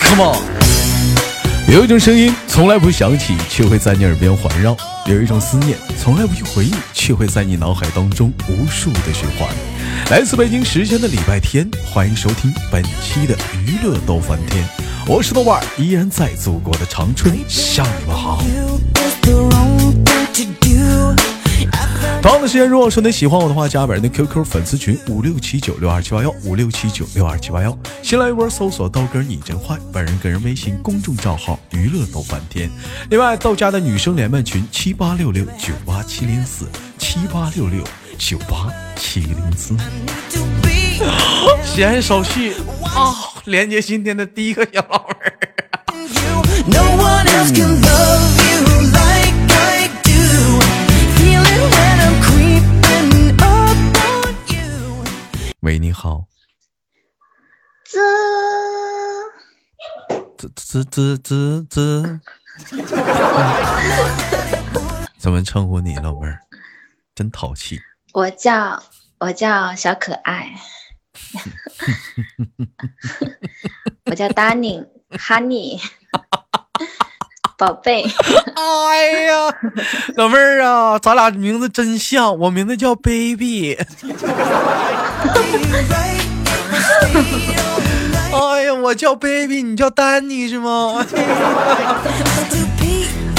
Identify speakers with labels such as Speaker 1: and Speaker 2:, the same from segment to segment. Speaker 1: 什么？有一种声音从来不响起，却会在你耳边环绕；有一种思念从来不去回忆，却会在你脑海当中无数的循环。来自北京时间的礼拜天，欢迎收听本期的娱乐逗翻天，我是豆瓣儿，依然在祖国的长春向你们好。同样的时间，如果说你喜欢我的话，加本人的 QQ 粉丝群五六七九六二七八幺五六七九六二七八幺，新浪微博搜索“刀哥你真坏”，本人个人微信公众账号“娱乐逗翻天”。另外，到家的女生连麦群七八六六九八七零四七八六六九八七零四。闲言少叙啊，连接今天的第一个小老妹儿。
Speaker 2: No one else can love you like I do. Feeling that I'm creeping up on you.
Speaker 1: 喂，你好，
Speaker 3: 这
Speaker 1: 这这这这这， 怎么称呼你老妹儿？真淘气。
Speaker 3: 我叫我叫小可爱，我叫 Darling Honey，宝贝，
Speaker 1: 哎呀，老妹儿啊，咱俩名字真像，我名字叫 baby。哎呀，我叫 baby，你叫丹尼是吗？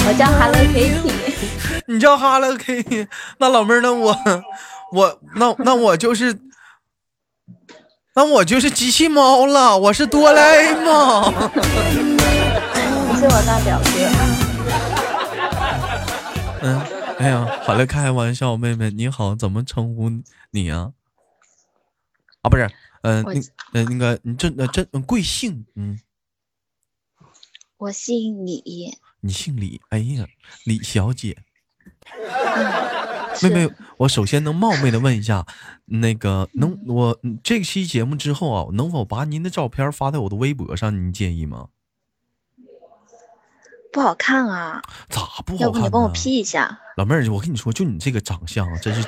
Speaker 3: 我叫 Hello Kitty，
Speaker 1: 你叫 Hello Kitty，那 老妹儿，那我，我那那我就是，那我就是机器猫了，我是哆啦 A 梦。
Speaker 3: 你是我大表哥。
Speaker 1: 嗯，哎呀，好了，开玩笑，妹妹你好，怎么称呼你呀、啊？不是，嗯、
Speaker 3: 我
Speaker 1: 那呃，那个，你这呃这嗯贵姓？嗯，
Speaker 3: 我姓李，
Speaker 1: 你姓李。哎呀，李小姐，妹
Speaker 3: 是
Speaker 1: 妹，我首先能冒昧的问一下，那个能我嗯这期节目之后啊，能否把您的照片发在我的微博上？您介意吗？
Speaker 3: 不好看啊，
Speaker 1: 咋不
Speaker 3: 要
Speaker 1: 好看、
Speaker 3: 不你
Speaker 1: 呢？
Speaker 3: 帮我 P 一下，
Speaker 1: 老妹儿，我跟你说，就你这个长相啊，真是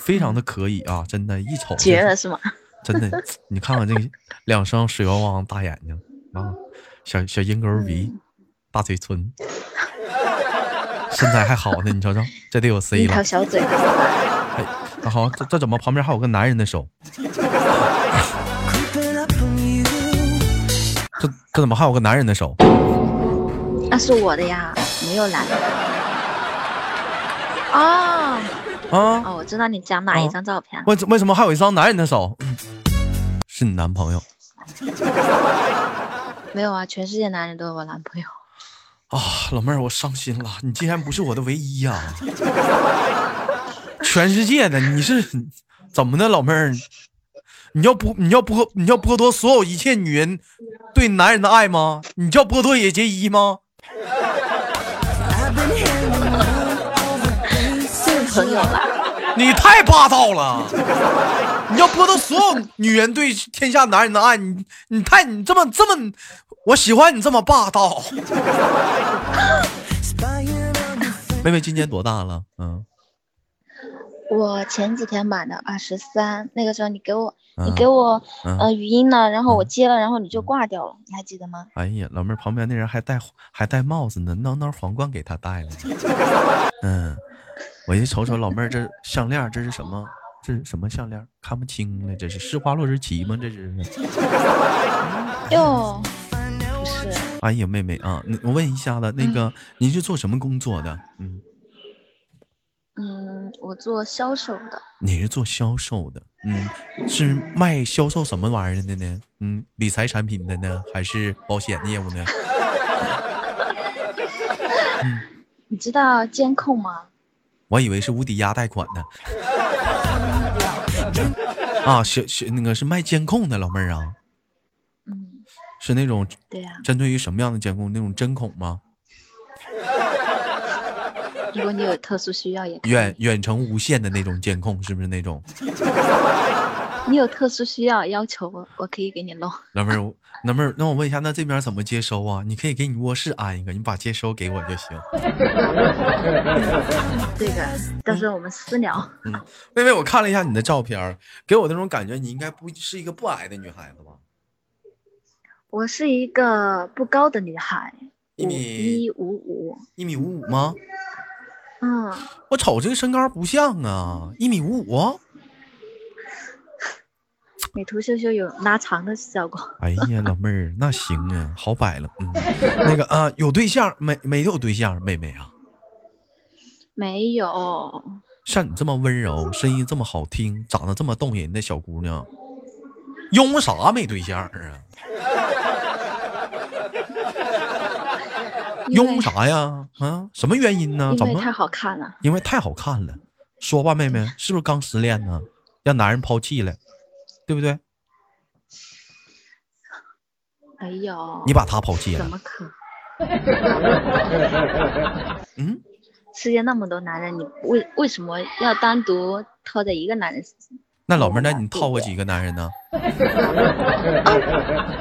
Speaker 1: 非常的可以啊，真的，一瞅就
Speaker 3: 绝
Speaker 1: 是
Speaker 3: 了是吗？
Speaker 1: 真的，你看看这个两双水汪汪大眼睛啊，小小鹰钩鼻，
Speaker 3: 嗯
Speaker 1: 大嘴唇，身材还好呢，你瞅瞅，这得有 C
Speaker 3: 樱桃
Speaker 1: 了。
Speaker 3: 小嘴，
Speaker 1: 哎，那好，这这怎么旁边还有个男人的手？
Speaker 2: Creeping up on you.
Speaker 1: 这这怎么还有个男人的手？
Speaker 3: 那是我的呀，没有蓝。哦
Speaker 1: 啊，
Speaker 3: 哦，我知道你讲哪一张照片了。
Speaker 1: 为什为什么还有一双男人的手？嗯是你男朋友啊
Speaker 3: 没有啊，全世界男人都有我男朋友。
Speaker 1: 啊，老妹儿，我伤心了，你竟然不是我的唯一呀、全世界的你是怎么的，老妹儿？你要剥你要剥你要剥夺所有一切女人对男人的爱吗？你叫剥夺野结衣吗？
Speaker 3: 这个朋友啦，
Speaker 1: 你太霸道了！你要剥夺所有女人对天下男人的爱，你你太你这么这么，我喜欢你这么霸道。
Speaker 2: Spying on your face.
Speaker 1: 妹妹今年多大了？嗯，
Speaker 3: 我前几天买的二十三，那个时候你给我，
Speaker 1: 嗯
Speaker 3: 你给我
Speaker 1: 嗯
Speaker 3: 呃语音了，然后我接了，然后你就挂掉了，你还记得吗？
Speaker 1: 哎呀，老妹儿旁边那人还戴还戴帽子呢，孬孬皇冠给她戴了。 嗯，我一瞅瞅老妹儿这项链儿，这是什么？这是什么项链儿？看不清了，这是是花落日旗吗？这是？
Speaker 3: 哟，不是，
Speaker 1: 哎呀，妹妹啊，那我问一下子，那个、您是做什么工作的？嗯，
Speaker 3: 嗯，我做销售的，
Speaker 1: 你是做销售的？嗯，是卖销售什么玩意儿的呢？嗯，理财产品的呢，还是保险业务呢？
Speaker 3: 你知道监控吗？
Speaker 1: 我以为是无抵押贷款呢。啊，是是那个是卖监控的老妹儿啊，
Speaker 3: 嗯，
Speaker 1: 是那种
Speaker 3: 对呀、
Speaker 1: 针对于什么样的监控？那种针孔吗？
Speaker 3: 如果你有特殊需要也可以
Speaker 1: 远远程无线的那种监控是不是那种？
Speaker 3: 你有特殊需要要求我，我可以给你弄。
Speaker 1: 老妹儿，我老妹儿，那我问一下，那这边怎么接收啊？你可以给你卧室安一个，你把接收给我就行。
Speaker 3: 这个
Speaker 1: 嗯
Speaker 3: 到时候我们私聊。
Speaker 1: 妹妹，我看了一下你的照片儿，给我那种感觉，你应该不是一个不矮的女孩子吧？
Speaker 3: 我是一个不高的女孩，
Speaker 1: 一
Speaker 3: 五
Speaker 1: 米
Speaker 3: 一五五，
Speaker 1: 一米五五吗？
Speaker 3: 嗯，
Speaker 1: 我瞅这个身高不像啊，一米五五啊。
Speaker 3: 美图秀秀有拉长的效果。
Speaker 1: 哎呀，老妹儿，那行啊，好摆了。嗯，那个啊，有对象没？没有对象，妹妹啊，
Speaker 3: 没有，
Speaker 1: 像你这么温柔，声音这么好听，长得这么动人的小姑娘，因为啥没对象啊？
Speaker 3: 因
Speaker 1: 因
Speaker 3: 为
Speaker 1: 为啥呀？啊，什么原因呢？
Speaker 3: 因
Speaker 1: 怎
Speaker 3: 为
Speaker 1: 么
Speaker 3: 太？好看了，
Speaker 1: 因为太好看了。说吧，妹
Speaker 3: 嗯
Speaker 1: 妹，是不是刚失恋呢？让男人抛弃了，对不对？
Speaker 3: 没有。
Speaker 1: 你把他抛弃
Speaker 3: 哎怎
Speaker 1: 了，
Speaker 3: 么可？
Speaker 1: 嗯，
Speaker 3: 世界那么多男人，你为为什么要单独挑着一个男人？
Speaker 1: 那老妹儿，那你套过几个男人呢？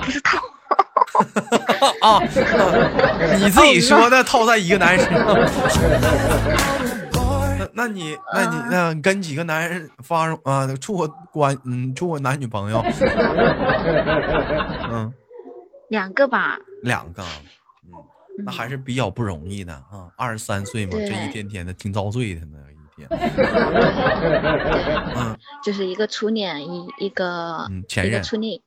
Speaker 3: 不是套，
Speaker 1: 啊，你自己说的套在一个男人身上。 那那你那你那你跟几个男人发生啊处过关嗯处过男女朋友？嗯，
Speaker 3: 两个吧。
Speaker 1: 两个，嗯，那还是比较不容易的啊。二十三岁嘛，这
Speaker 3: 对
Speaker 1: 一天天的挺遭罪的呢，一 天。
Speaker 3: 对，
Speaker 1: 嗯
Speaker 3: 就是一个初恋，一一个
Speaker 1: 嗯前
Speaker 3: 一个
Speaker 1: 任
Speaker 3: 初恋。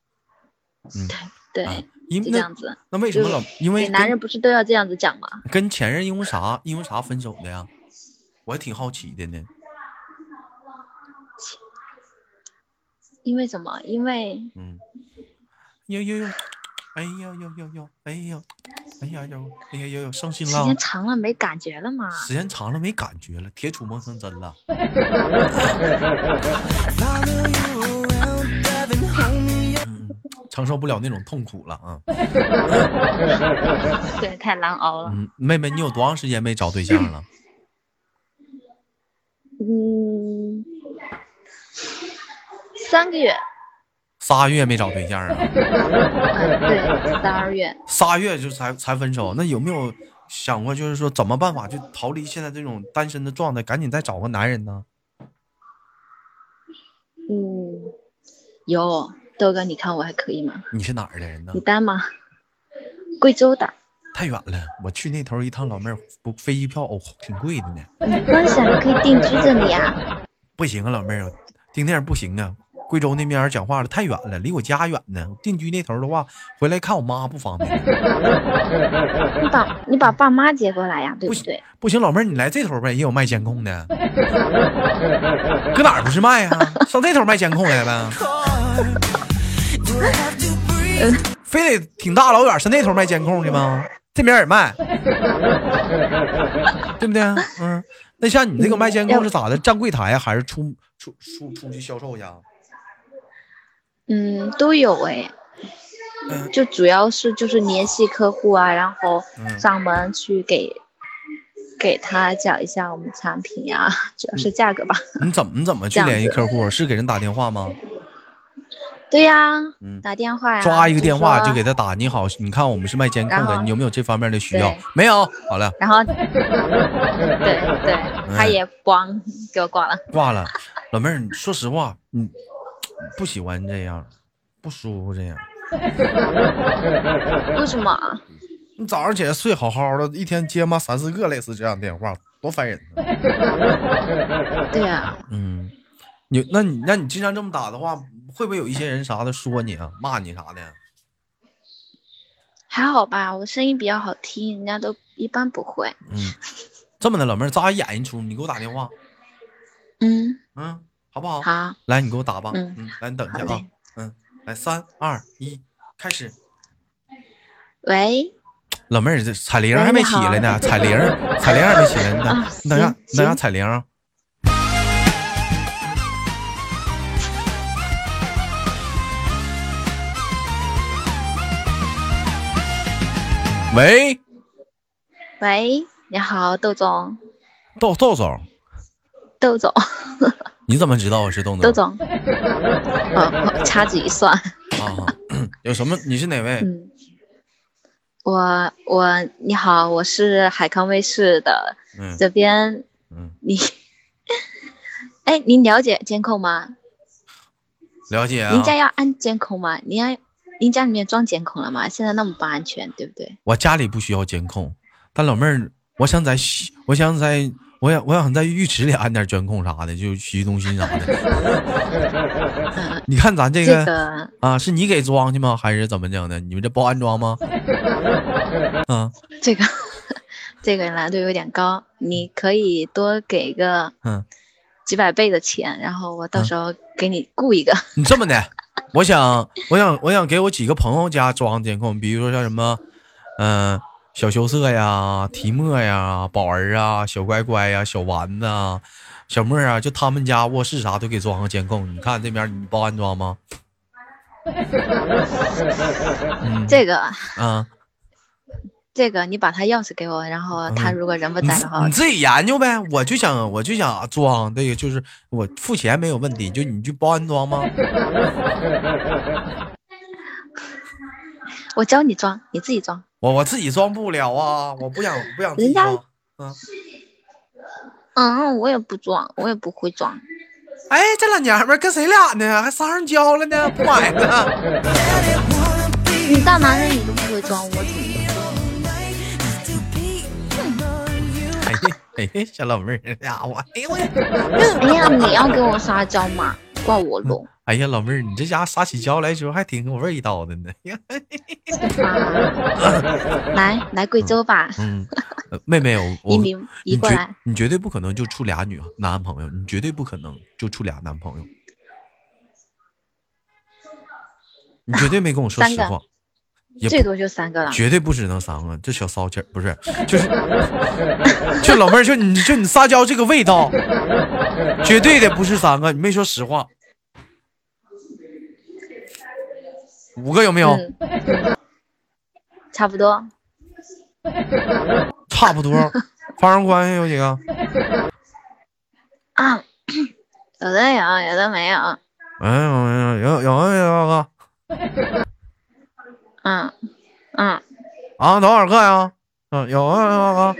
Speaker 1: 嗯
Speaker 3: 对
Speaker 1: 啊
Speaker 3: 对，，
Speaker 1: 因
Speaker 3: 就这
Speaker 1: 那
Speaker 3: 样子。
Speaker 1: 那为什么
Speaker 3: 就
Speaker 1: 老因为
Speaker 3: 给男
Speaker 1: 跟
Speaker 3: 人不是都要这样子讲吗？
Speaker 1: 跟前任因为啥因为啥分手的呀？我还挺好奇的呢。
Speaker 3: 因为什么？因为
Speaker 1: 嗯，呦呦呦，哎呦呦呦呦，哎呦，哎呀呦，哎呀呦呦，伤心
Speaker 3: 时
Speaker 1: 了
Speaker 3: 间，长了没感觉了嘛。
Speaker 1: 时间长了没感觉了，铁杵磨成针了。
Speaker 2: Follow you around, driving home.
Speaker 1: 嗯，承受不了那种痛苦了啊。
Speaker 3: 对，太难熬了。
Speaker 1: 嗯，妹妹，你有多长时间没找对象了？
Speaker 3: 嗯，三个月，
Speaker 1: 仨月没找对象啊？
Speaker 3: 嗯，对，三二月。
Speaker 1: 仨月就才才分手，那有没有想过就是说怎么办法去逃离现在这种单身的状态，赶紧再找个男人呢？
Speaker 3: 嗯，有豆哥，你看我还可以吗？
Speaker 1: 你是哪儿的人呢
Speaker 3: 你？单吗？贵州的，
Speaker 1: 太远了，我去那头一趟，老妹儿不飞机票哦挺贵的呢。
Speaker 3: 没关系，啊，你可以定居这里啊。
Speaker 1: 不行啊，老妹儿，定那样不行啊。贵州那边儿讲话了太远了，离我家远呢。定居那头儿的话，回来看我妈不方便。
Speaker 3: 你把你把爸妈接过来呀、对
Speaker 1: 不
Speaker 3: 不
Speaker 1: 行
Speaker 3: 对？
Speaker 1: 不行，老妹儿，你来这头儿呗，也有卖监控的。搁哪儿不是卖啊？上这头儿卖监控来呗，
Speaker 2: Do I have to breathe?
Speaker 1: 非得挺大老远儿上那头儿卖监控去吗？这边儿也卖， 对不对？嗯，那像你这个卖监控是咋的？站柜台啊，还是出出出出去销售去啊？
Speaker 3: 嗯，都有哎
Speaker 1: 嗯。
Speaker 3: 就主要是就是联系客户啊，然后
Speaker 1: 嗯
Speaker 3: 上门去给、给他讲一下我们产品啊，主要
Speaker 1: 嗯
Speaker 3: 是价格吧。
Speaker 1: 你怎么你怎么去
Speaker 3: 这样
Speaker 1: 联系
Speaker 3: 子
Speaker 1: 客户？是给人打电话吗？
Speaker 3: 对呀、
Speaker 1: 嗯
Speaker 3: 打电话呀、
Speaker 1: 抓一个电话就
Speaker 3: 啊说
Speaker 1: 给他打，你好，你看我们是卖监控
Speaker 3: 然
Speaker 1: 的，
Speaker 3: 后
Speaker 1: 你有没有这方面的需要
Speaker 3: 对？
Speaker 1: 没有，好了，
Speaker 3: 然 后，对对，他
Speaker 1: 嗯
Speaker 3: 也光给我挂了。
Speaker 1: 挂了。老妹儿，你说实话，你不喜欢这样，不舒服这样。
Speaker 3: 为什么啊？
Speaker 1: 你早上起来睡好好的，一天接妈三四个类似这样的电话，多烦人啊呢。
Speaker 3: 对啊，
Speaker 1: 嗯，你那你那你经常这么打的话，会不会有一些人啥的说你啊、骂你啥的？
Speaker 3: 还好吧，我声音比较好听，人家都一般不会。
Speaker 1: 嗯，这么的，老妹儿，咱俩演一出，你给我打电话，
Speaker 3: 嗯，
Speaker 1: 嗯，好不好？
Speaker 3: 好，
Speaker 1: 来，你给我打吧。
Speaker 3: 嗯
Speaker 1: 嗯，来，你等一下
Speaker 3: 好
Speaker 1: 啊
Speaker 3: 嘞。
Speaker 1: 嗯，来，三二一，开始。
Speaker 3: 喂，
Speaker 1: 老妹儿，这彩铃还没起来呢，彩铃儿，彩铃儿还没起来呢
Speaker 3: 啊。
Speaker 1: 你等一下
Speaker 3: 行，
Speaker 1: 你等一下，
Speaker 3: 行
Speaker 1: 彩铃儿啊。喂，
Speaker 3: 喂，你好，豆总，
Speaker 1: 豆豆总，
Speaker 3: 豆总，
Speaker 1: 你怎么知道我是豆总？
Speaker 3: 豆总，哦，我掐指一算，
Speaker 1: 啊， 有什么？你是哪位？
Speaker 3: 嗯，我我你好，我是海康威视的，
Speaker 1: 嗯
Speaker 3: 这边
Speaker 1: 嗯，
Speaker 3: 你，哎，您了解监控吗？
Speaker 1: 了解啊
Speaker 3: 您。家要安监控吗？您要您家里面装监控了吗？现在那么不安全，对不对？
Speaker 1: 我家里不需要监控，但老妹儿，我想在西，我想在，我想我想在浴池里安点监控啥的，就洗浴中心啥的。 你看咱这
Speaker 3: 这
Speaker 1: 个、
Speaker 3: 个
Speaker 1: 啊，是你给装去吗？还是怎么整的？你们这包安装吗？ 嗯
Speaker 3: 这个 这个难度有点高，你可以多给个
Speaker 1: 嗯，
Speaker 3: 几百倍的钱，然后我到
Speaker 1: 嗯
Speaker 3: 时候给你雇一个。
Speaker 1: 你这么的，我想我想我想给我几个朋友家装监控，比如说像什么，嗯、小羞涩呀、提莫呀、宝儿啊、小乖乖呀、小丸子啊、小沫儿啊，就他们家卧室啥都给装上监控。你看这边你包安装吗？嗯
Speaker 3: 这个
Speaker 1: 啊，
Speaker 3: 这个，你把他钥匙给我，然后他
Speaker 1: 嗯
Speaker 3: 如果人不
Speaker 1: 你
Speaker 3: 在
Speaker 1: 自
Speaker 3: 的话
Speaker 1: 你，自己研究呗。我就想我就想装这个，就是我付钱没有问题，就你就包安装吗？
Speaker 3: 我教你装，你自己装。
Speaker 1: 我我自己装不了啊，我不想不想自己
Speaker 3: 人家
Speaker 1: 装。
Speaker 3: 嗯，我也不装，我也不会装。
Speaker 1: 哎，这老娘们儿跟谁俩呢？还撒上交了呢，不买呢。
Speaker 3: 你大男人你都不会装，我怎么？
Speaker 1: 哎呀哎呀，小老妹儿，这家伙，哎呦我的，
Speaker 3: 哎呀，你要给我撒娇嘛，挂我 笼
Speaker 1: 哎呀，老妹儿，你这家伙撒起娇来时候还挺有味道的呢。
Speaker 3: 啊！来来贵州吧，
Speaker 1: 嗯，呃妹妹，我我
Speaker 3: 移民移
Speaker 1: 你
Speaker 3: 过
Speaker 1: 绝
Speaker 3: 来。
Speaker 1: 你绝对不可能就处俩女男朋友，你绝对不可能就处俩男朋友。你绝对没跟我说
Speaker 3: 三
Speaker 1: 实
Speaker 3: 个
Speaker 1: 话，也
Speaker 3: 最
Speaker 1: 不
Speaker 3: 多就三个了。
Speaker 1: 绝对不止能三个，这小骚气儿不是，就是就老妹儿，就你就你撒娇这个味道，绝对的不是三个，你没说实话，五个有没有？
Speaker 3: 嗯，差不多。
Speaker 1: 差不多，发生关系有几个？
Speaker 3: 啊，有的有，有的没有。
Speaker 1: 哎有有有有有多少个？
Speaker 3: 嗯嗯，
Speaker 1: 啊，多少个呀？嗯、有啊有啊，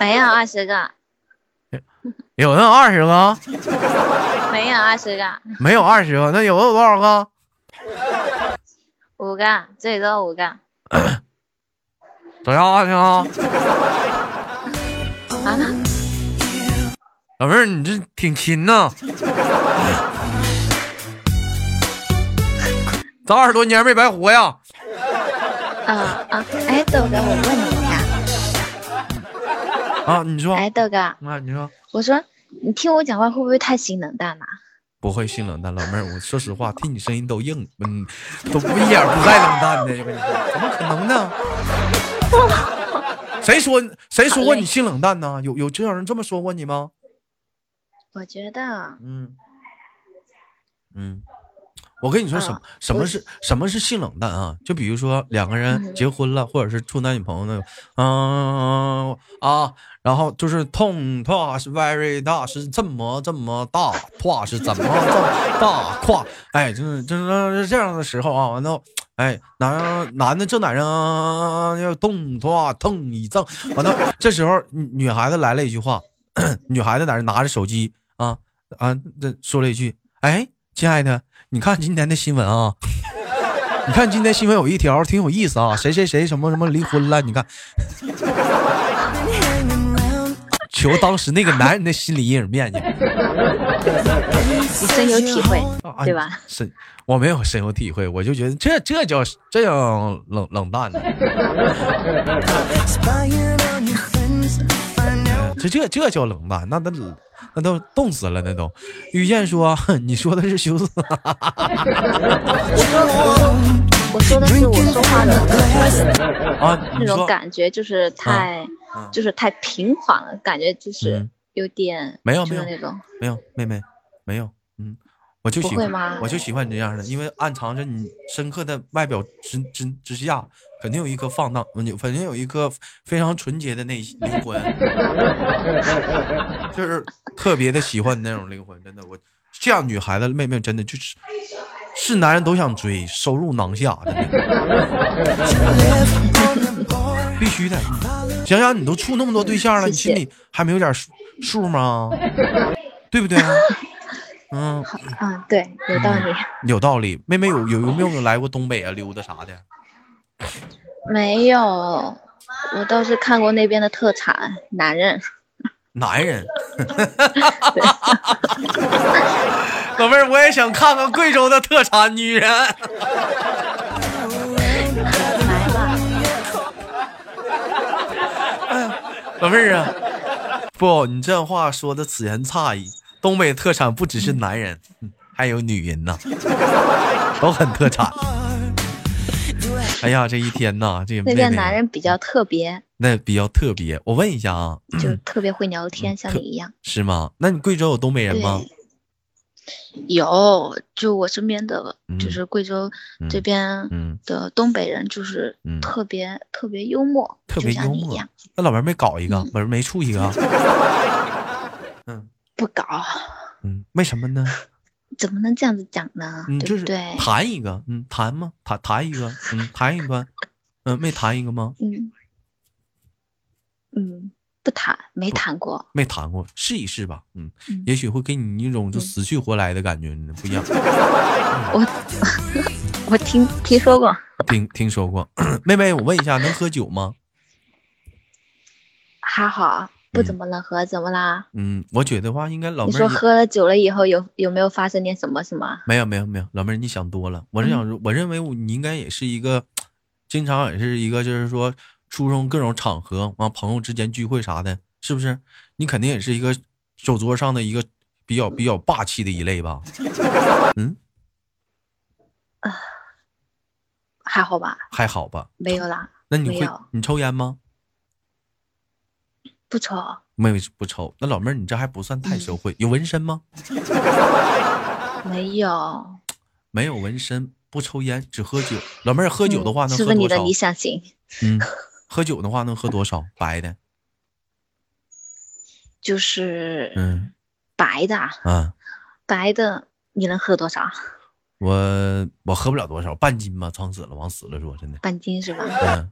Speaker 3: 没有二十个，
Speaker 1: 有那二十个，
Speaker 3: 没有二十个，
Speaker 1: 没有二十个，那有的有多少个？
Speaker 3: 五个最多五个。
Speaker 1: 走下去啊！
Speaker 3: 啊，
Speaker 1: 老妹儿，你这挺勤呐，咱二十多年没白活呀。
Speaker 3: 啊啊！哎，豆哥，我问你呀，
Speaker 1: 啊，你说，
Speaker 3: 哎，豆哥，
Speaker 1: 啊，你说
Speaker 3: 我说你听我讲话会不会太心冷淡了？
Speaker 1: 不会性冷淡，老妹儿，我说实话，听你声音都硬，嗯，都不一点不带冷淡的，我跟你说，怎么可能呢？谁说谁说过你性冷淡呢？有有这样人这么说过你吗？
Speaker 3: 我觉得
Speaker 1: 嗯，嗯，我跟你说什么、
Speaker 3: 啊
Speaker 1: 什么
Speaker 3: 我
Speaker 1: 是什么是性冷淡啊？就比如说两个人
Speaker 3: 嗯
Speaker 1: 结婚了，或者是处男女朋友那种，嗯啊，然后就是痛痛啊是 very 大是这么这么大，跨是怎么这么大跨？哎，就是就是这样的时候啊，完了。哎，男男的正在那要动画痛一正，完了这时候女女孩子来了一句话， 女孩子在那拿着手机啊啊，这说了一句：“哎，亲爱的，你看今天的新闻啊， 你看今天新闻有一条挺有意思啊，谁谁谁什么什么离婚了，你看。”求当时那个男人的心理阴影面积，
Speaker 3: 你深有体会，
Speaker 1: 啊
Speaker 3: 对吧？
Speaker 1: 深，我没有深有体会，我就觉得这这叫这叫冷冷淡呢，
Speaker 4: Spying on your friends to find out
Speaker 1: 这这这叫冷淡，那那那都冻死了，那都。遇见说，哼你说的是羞涩，
Speaker 3: 我说的是我说话的
Speaker 1: 啊，
Speaker 3: 那
Speaker 1: 你
Speaker 3: 种
Speaker 1: 说
Speaker 3: 感觉，就是太
Speaker 1: 啊
Speaker 3: 就是太平缓了，感觉就是
Speaker 1: 嗯
Speaker 3: 有点
Speaker 1: 没有
Speaker 3: 就
Speaker 1: 没
Speaker 3: 是
Speaker 1: 有
Speaker 3: 那种。
Speaker 1: 没有，妹妹，没有，嗯，我就
Speaker 3: 不
Speaker 1: 喜
Speaker 3: 会
Speaker 1: 欢，
Speaker 3: 吗
Speaker 1: 我就喜欢你这样的，因为暗藏着你深刻的外表之之之下，肯定有一颗放荡，嗯肯定有一颗非常纯洁的内心灵 魂，就是特别的喜欢你那种灵魂，真的，我这样女孩子妹妹真的就是是男人都想追，手入囊下，真的
Speaker 4: on the bar.
Speaker 1: 必须的。想想你都处那么多对象了，你
Speaker 3: 谢谢
Speaker 1: 心里还没有点数数吗？对不对啊？嗯，
Speaker 3: 嗯，对，有道理。
Speaker 1: 有道理。妹妹有有有没有来过东北啊，溜达啥的？
Speaker 3: 没有，我倒是看过那边的特产，男人。
Speaker 1: 男人， 老妹儿，我也想看看贵州的特产女人。老妹儿啊，不，你这话说的此言差矣。东北特产不只是男人，嗯还有女人 呐，都很特产。哎呀，这一天呐，这
Speaker 3: 那
Speaker 1: 妹
Speaker 3: 边
Speaker 1: 妹
Speaker 3: 男人比较特别，
Speaker 1: 那比较特别。我问一下啊，
Speaker 3: 就特别会聊
Speaker 1: 嗯
Speaker 3: 天，像你一样。
Speaker 1: 是吗？那你贵州有东北人
Speaker 3: 对
Speaker 1: 吗？，
Speaker 3: 有，就我身边的，就
Speaker 1: 嗯
Speaker 3: 是贵州这
Speaker 1: 嗯
Speaker 3: 边
Speaker 1: 嗯，
Speaker 3: 的东北人，就是
Speaker 1: 嗯
Speaker 3: 特别、特别幽默，
Speaker 1: 特
Speaker 3: 就
Speaker 1: 别
Speaker 3: 像
Speaker 1: 幽
Speaker 3: 你一
Speaker 1: 默
Speaker 3: 样。
Speaker 1: 那老妹儿没搞一个，
Speaker 3: 嗯
Speaker 1: 不是没处一个啊，
Speaker 3: 不搞，
Speaker 1: 嗯，为什么呢？
Speaker 3: 怎么能这样子讲呢？
Speaker 1: 嗯，就
Speaker 3: 对不
Speaker 1: 是
Speaker 3: 对？
Speaker 1: 谈一个，嗯，谈吗？谈谈一个，嗯，谈一个，嗯，没谈一个吗？
Speaker 3: 嗯嗯，不谈，没谈过。
Speaker 1: 没谈过，试一试吧，嗯，
Speaker 3: 嗯
Speaker 1: 也许会给你一种就
Speaker 3: 嗯
Speaker 1: 死去活来的感觉，嗯不一样。
Speaker 3: 我听听说过，
Speaker 1: 听听说过， 妹妹，我问一下，能喝酒吗？
Speaker 3: 还好，不
Speaker 1: 嗯
Speaker 3: 怎么能喝，怎么啦？
Speaker 1: 嗯，我觉得话应该老
Speaker 3: 你
Speaker 1: 妹
Speaker 3: 说
Speaker 1: 儿
Speaker 3: 喝了酒了以后有有没有发生点什么什么？
Speaker 1: 没有没有没有，老妹儿你想多了。我是想
Speaker 3: 嗯
Speaker 1: 说，我认为我你应该也是一个，经常也是一个，就是说出入各种场合，完朋友之间聚会啥的，是不是？你肯定也是一个酒桌上的一个比较比较霸气的一类吧？嗯，
Speaker 3: 还好吧，
Speaker 1: 还好吧？
Speaker 3: 没有啦，
Speaker 1: 那你
Speaker 3: 没
Speaker 1: 会
Speaker 3: 有
Speaker 1: 你抽烟吗？
Speaker 3: 不愁。
Speaker 1: 没有不抽。那老妹儿你这还不算太
Speaker 3: 嗯
Speaker 1: 社会，有纹身吗？
Speaker 3: 没有，
Speaker 1: 没有纹身，不抽烟，只喝酒。老妹儿喝酒的话
Speaker 3: 嗯
Speaker 1: 能
Speaker 3: 是
Speaker 1: 喝
Speaker 3: 不是你
Speaker 1: 多
Speaker 3: 的
Speaker 1: 少
Speaker 3: 理？想型？
Speaker 1: 嗯， 喝酒的话能喝多少？白的，
Speaker 3: 就是
Speaker 1: 嗯
Speaker 3: 白的，
Speaker 1: 啊。
Speaker 3: 白的你能喝多少？
Speaker 1: 我我喝不了多少，半斤吧，撑死了，往死了说，真的。
Speaker 3: 半斤是吧？
Speaker 1: 嗯，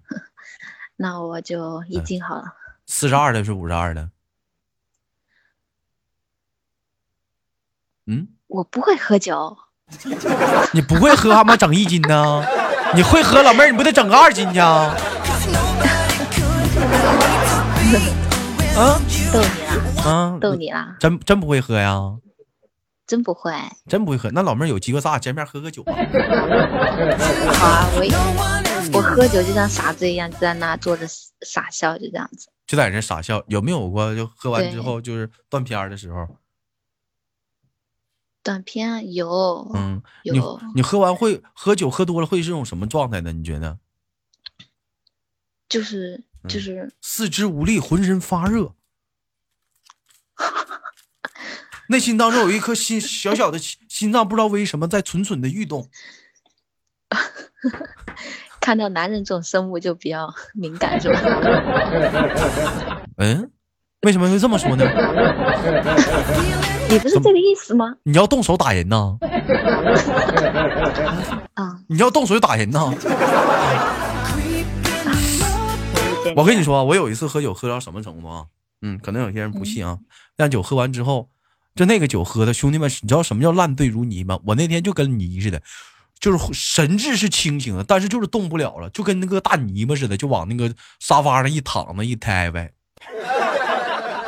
Speaker 3: 那我就一斤好了。
Speaker 1: 四十二的是五十二的。嗯，
Speaker 3: 我不会喝酒，
Speaker 1: 你不会喝，还妈整一斤呢？你会喝，老妹儿，你不得整个二斤去啊？啊
Speaker 3: 逗你啦，
Speaker 1: 啊！
Speaker 3: 逗你啦，
Speaker 1: 真真不会喝呀，
Speaker 3: 真不会。
Speaker 1: 真不会喝。那老妹儿有机会，咱俩见面喝个酒吧。
Speaker 3: 好啊，我也
Speaker 1: 嗯
Speaker 3: 我喝酒就像傻子一样，就在那坐着傻笑，就这样子。
Speaker 1: 就在这傻笑，有没有过？就喝完之
Speaker 3: 对
Speaker 1: 后就是断片儿的时候，
Speaker 3: 短片啊有，
Speaker 1: 嗯，你
Speaker 3: 有
Speaker 1: 你喝完会喝酒喝多了会是种什么状态呢？你觉得？
Speaker 3: 就是
Speaker 1: 嗯
Speaker 3: 就是
Speaker 1: 四肢无力，浑身发热，内心当中有一颗心小小的心心脏，不知道为什么在蠢蠢的欲动。
Speaker 3: 看到男人这种生物就比较 敏感，是吧？
Speaker 1: 嗯，为什么会这么说呢？
Speaker 3: 你不是这个意思吗？
Speaker 1: 你要动手打人呐？
Speaker 3: 啊、
Speaker 1: 你要动手就打人呐？
Speaker 3: 有一点
Speaker 1: 我跟你说啊，我有一次喝酒喝到什么程度啊？嗯，可能有些人不信啊，但酒喝完之后，就那个酒喝的，兄弟们，你知道什么叫烂醉如泥吗？我那天就跟泥似的，就是神志是清醒的，但是就是动不了了，就跟那个大泥巴似的，就往那个沙发上一躺着一抬呗。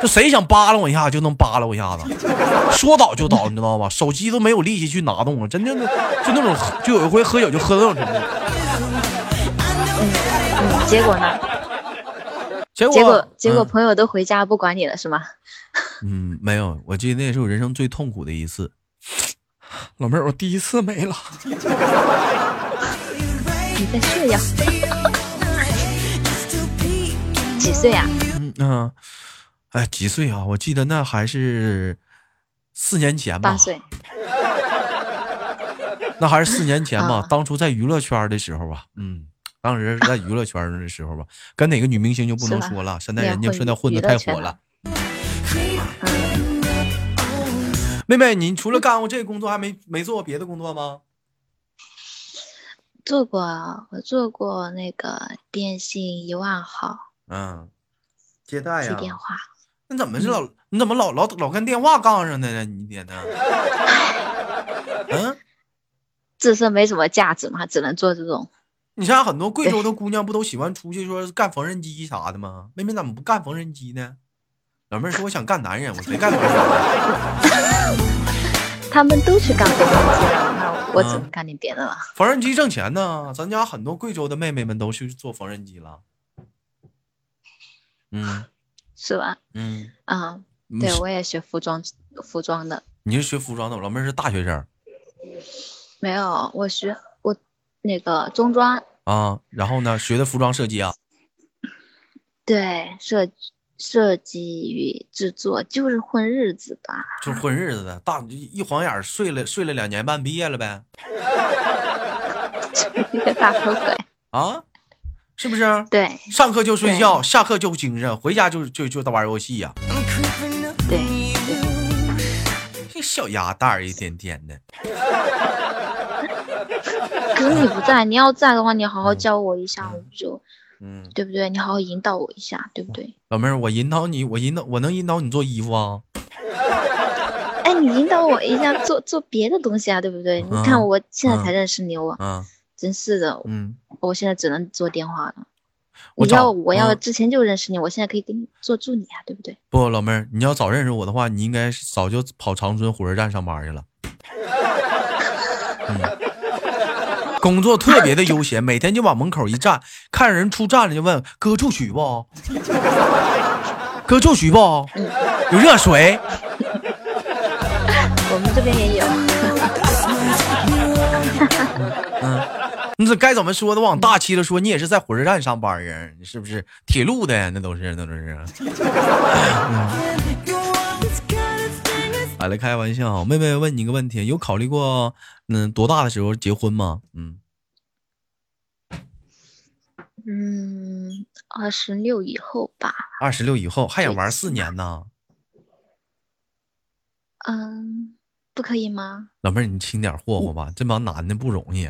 Speaker 1: 就谁想扒拉我一下就能扒拉我一下子，说倒就倒，你知道吧？手机都没有力气去拿动了，真的就就那种，就有一回喝酒就喝到那种程度。
Speaker 3: 嗯结果呢？
Speaker 1: 结果
Speaker 3: 结果结果
Speaker 1: 嗯
Speaker 3: 朋友都回家不管你了，是吗？
Speaker 1: 嗯，没有，我记得那是我人生最痛苦的一次。老妹儿，我第一次没了，
Speaker 3: 你在炫耀？几岁啊呀、
Speaker 1: 嗯嗯、哎，几岁啊？我记得那还是四年前吧
Speaker 3: 八，岁。
Speaker 1: 那还是四年前吧。
Speaker 3: 啊
Speaker 1: 当初在娱乐圈的时候吧，嗯，当时在娱乐圈的时候吧，跟哪个女明星就不能
Speaker 3: 是吧
Speaker 1: 说了，现在
Speaker 3: 也
Speaker 1: 人家
Speaker 3: 混
Speaker 1: 现在混的
Speaker 3: 娱乐
Speaker 1: 太
Speaker 3: 圈
Speaker 1: 火
Speaker 3: 了
Speaker 1: 了。嗯妹妹，你除了干过这个工作，还没没做过别的工作吗？
Speaker 3: 做过，我做过那个电信一万号
Speaker 1: 嗯，接待
Speaker 3: 接
Speaker 1: 呀、
Speaker 3: 电话，
Speaker 1: 那怎么是老你怎么老老老跟电话杠上的呢？你点 呢？嗯，
Speaker 3: 自身没什么价值嘛，只能做这种。
Speaker 1: 你像很多贵州的姑娘不都喜欢出去说是干缝纫机啥的吗？妹妹怎么不干缝纫机呢？老妹儿说我想干男人，我谁干缝纫机？
Speaker 3: 他们都去干别的东西了，那我只
Speaker 1: 嗯
Speaker 3: 能干点别的了。
Speaker 1: 缝纫机挣钱呢，咱家很多贵州的妹妹们都去做缝纫机了。嗯
Speaker 3: 是吧？
Speaker 1: 嗯，
Speaker 3: 啊、
Speaker 1: 你
Speaker 3: 对
Speaker 1: 是
Speaker 3: 我也学服装，服装的
Speaker 1: 你是学服装的，我老妹儿是大学生
Speaker 3: 没有，我学我那个中专，
Speaker 1: 啊，然后呢学的服装设计啊，
Speaker 3: 对设设计与制作就是混日子吧。
Speaker 1: 就是混日子的，大一晃眼儿睡了睡了两年半，毕业了呗
Speaker 3: 一个大头鬼，
Speaker 1: 啊，是不是？
Speaker 3: 对
Speaker 1: 上课就睡觉，下课就精神，回家就就就玩游戏呀、
Speaker 3: 对，
Speaker 1: 这小鸭蛋儿一天天的。
Speaker 3: 可是你不在，你要在的话，你好好教我一下，我就
Speaker 1: 嗯，
Speaker 3: 对不对？你好好引导我一下，对不对？
Speaker 1: 老妹儿，我引导你，我引导，我能引导你做衣服啊？
Speaker 3: 哎，你引导我一下，做做别的东西啊，对不对？你看
Speaker 1: 嗯
Speaker 3: 我现在
Speaker 1: 嗯
Speaker 3: 才认识你，我
Speaker 1: 嗯
Speaker 3: 真是的，
Speaker 1: 嗯，
Speaker 3: 我现在只能做电话了。
Speaker 1: 我
Speaker 3: 你要
Speaker 1: 找
Speaker 3: 我要
Speaker 1: 嗯
Speaker 3: 之前就认识你，我现在可以给你做助理啊，对不对？
Speaker 1: 不，老妹儿，你要早认识我的话，你应该是早就跑长春火车站上班去了。嗯，工作特别的悠闲，每天就往门口一站，看人出站了就问哥住取不？哥住取不？有热水？
Speaker 3: 我们这边也有，
Speaker 1: 你这该怎么说的？往大气了说，你也是在火车站上班人，是不是？铁路的那都是，那都是。啊哎，来开玩笑，妹妹问你一个问题，有考虑过嗯多大的时候结婚吗？嗯，
Speaker 3: 嗯，二十六以后吧，
Speaker 1: 二十六以后还想玩四年呢？
Speaker 3: 嗯，不可以吗？
Speaker 1: 老妹儿，你轻点霍
Speaker 3: 嗯
Speaker 1: 霍吧，这帮男的不容易。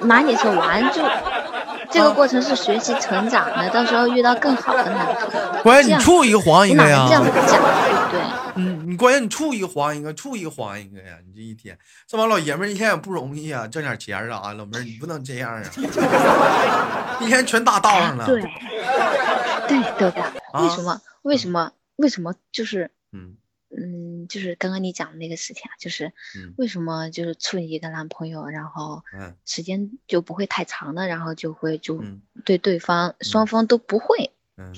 Speaker 3: 哪里是玩就。 这个过程是学习成长的，到时候遇到更好的男生。
Speaker 1: 关键你
Speaker 3: 这样
Speaker 1: 处一个黄一
Speaker 3: 你
Speaker 1: 个
Speaker 3: 哪能这样
Speaker 1: 哎呀，
Speaker 3: 讲，对 不对？
Speaker 1: 嗯，你关键你处一个黄一个，处一个黄一个呀，你这一天，这帮老爷们儿一天也不容易啊，挣点钱儿啊，老妹儿你不能这样啊， 一天全打道上了。
Speaker 3: 对，对，豆豆，
Speaker 1: 啊
Speaker 3: 为什么？为什么？为什么？就是，
Speaker 1: 嗯
Speaker 3: 嗯，就是刚刚你讲的那个事情啊，就是
Speaker 1: 嗯
Speaker 3: 为什么就是处一个男朋友，然后
Speaker 1: 嗯
Speaker 3: 时间就不会太长了，然后就会就
Speaker 1: 嗯
Speaker 3: 对对方双方都不会
Speaker 1: 嗯，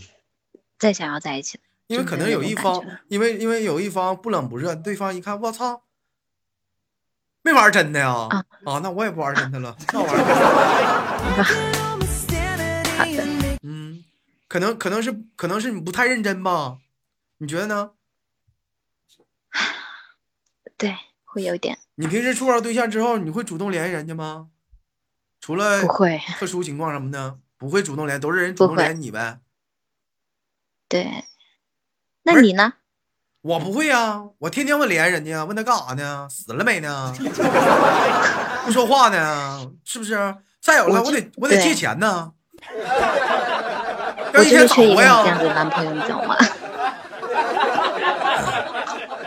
Speaker 3: 再想要在一起了，
Speaker 1: 因为
Speaker 3: 就
Speaker 1: 可
Speaker 3: 没
Speaker 1: 能
Speaker 3: 那
Speaker 1: 有
Speaker 3: 种
Speaker 1: 一
Speaker 3: 感
Speaker 1: 方
Speaker 3: 觉了，
Speaker 1: 因为因为有一方不冷不热，对方一看，我操，没玩真的呀？啊
Speaker 3: 啊
Speaker 1: 那我也不玩真的 了，那我玩儿。嗯，可能可能是可能是你不太认真吧？你觉得呢？
Speaker 3: 对，会有点
Speaker 1: 你平时处到对象之后，你会主动联系人家吗？除了
Speaker 3: 不会，
Speaker 1: 特殊情况什么的，不会主动联系，都是人主
Speaker 3: 不
Speaker 1: 动
Speaker 3: 会
Speaker 1: 联系你呗。
Speaker 3: 对。那
Speaker 1: 不是
Speaker 3: 你呢？
Speaker 1: 我不会啊，我天天问联系人家，问他干啥呢？死了没呢？ 不说话呢？是不是？再有了，
Speaker 3: 我
Speaker 1: 我
Speaker 3: 就
Speaker 1: 得我得
Speaker 3: 对啊
Speaker 1: 借钱呢。要
Speaker 3: 我
Speaker 1: 一
Speaker 3: 就
Speaker 1: 天
Speaker 3: 是
Speaker 1: 找
Speaker 3: 缺一个
Speaker 1: 我
Speaker 3: 你这样子
Speaker 1: 呀！
Speaker 3: 的男朋友，你知道吗？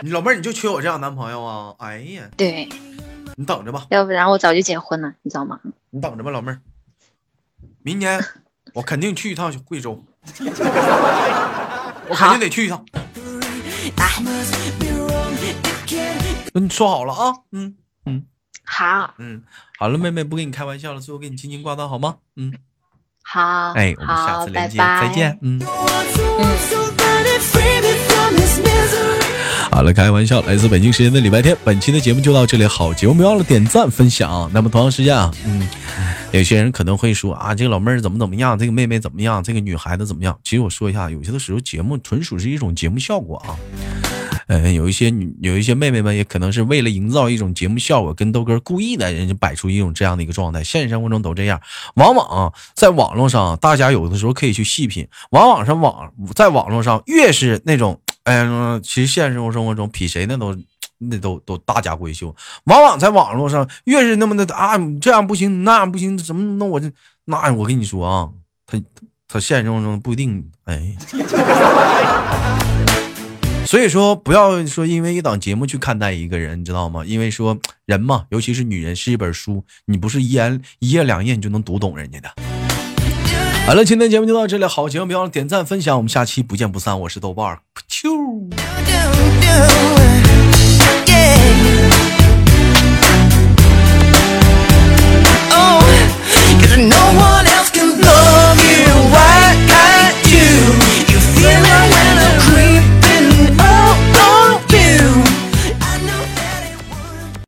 Speaker 1: 你老妹儿，你就缺我这样男朋友啊！哎呀，
Speaker 3: 对，
Speaker 1: 你等着吧，
Speaker 3: 要不然我早就结婚了，你知道吗？
Speaker 1: 你等着吧，老妹儿，明年我肯定去一趟贵州，我肯定得去一趟。那你说好了啊，嗯。
Speaker 3: 好，
Speaker 1: 嗯，好了，妹妹不跟你开玩笑了，最后给你轻轻挂断好吗？嗯，
Speaker 3: 好，
Speaker 1: 哎，我们下
Speaker 3: 好，
Speaker 1: 次
Speaker 3: 拜
Speaker 1: 连接
Speaker 3: 拜，
Speaker 1: 再见。。嗯，
Speaker 2: Somebody free me from this misery.
Speaker 5: 好了，开玩笑，来自北京时间的礼拜天，本期的节目就到这里，好节目不要了点赞分享啊。那么同样时间啊，嗯，
Speaker 1: 有些人可能会说啊，这个老妹儿怎么怎么样，这个妹妹怎么样，这个女孩子怎么样？其实我说一下，有些的时候节目纯属是一种节目效果啊。嗯，有一些女，有一些妹妹们也可能是为了营造一种节目效果，跟豆哥故意的人家摆出一种这样的一个状态。现实生活中都这样，往往啊，在网络上啊，大家有的时候可以去细品，往往上网在网络上越是那种，哎呀，其实现实生活生活中比谁那都。哎那都都大家闺秀，往往在网络上越是那么的啊，你这样不行，那样不行，怎么弄我这那我跟你说啊，他他现实生活中不一定哎。所以说，不要说因为一档节目去看待一个人，你知道吗？因为说人嘛，尤其是女人，是一本书，你不是一言一夜两夜你就能读懂人家的。好了，今天节目就到这里，好节目别忘了点赞分享，我们下期不见不散。我是豆瓣儿，啾。
Speaker 2: do, do, yeah.